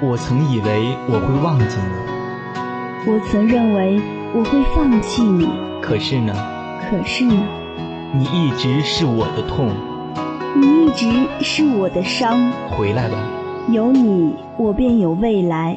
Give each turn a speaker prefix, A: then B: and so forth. A: 我曾以为我会忘记你，
B: 我曾认为我会放弃你，
A: 可是呢，
B: 可是呢，
A: 你一直是我的痛。
B: 你一直是我的伤。
A: 回来吧，
B: 有你，我便有未来。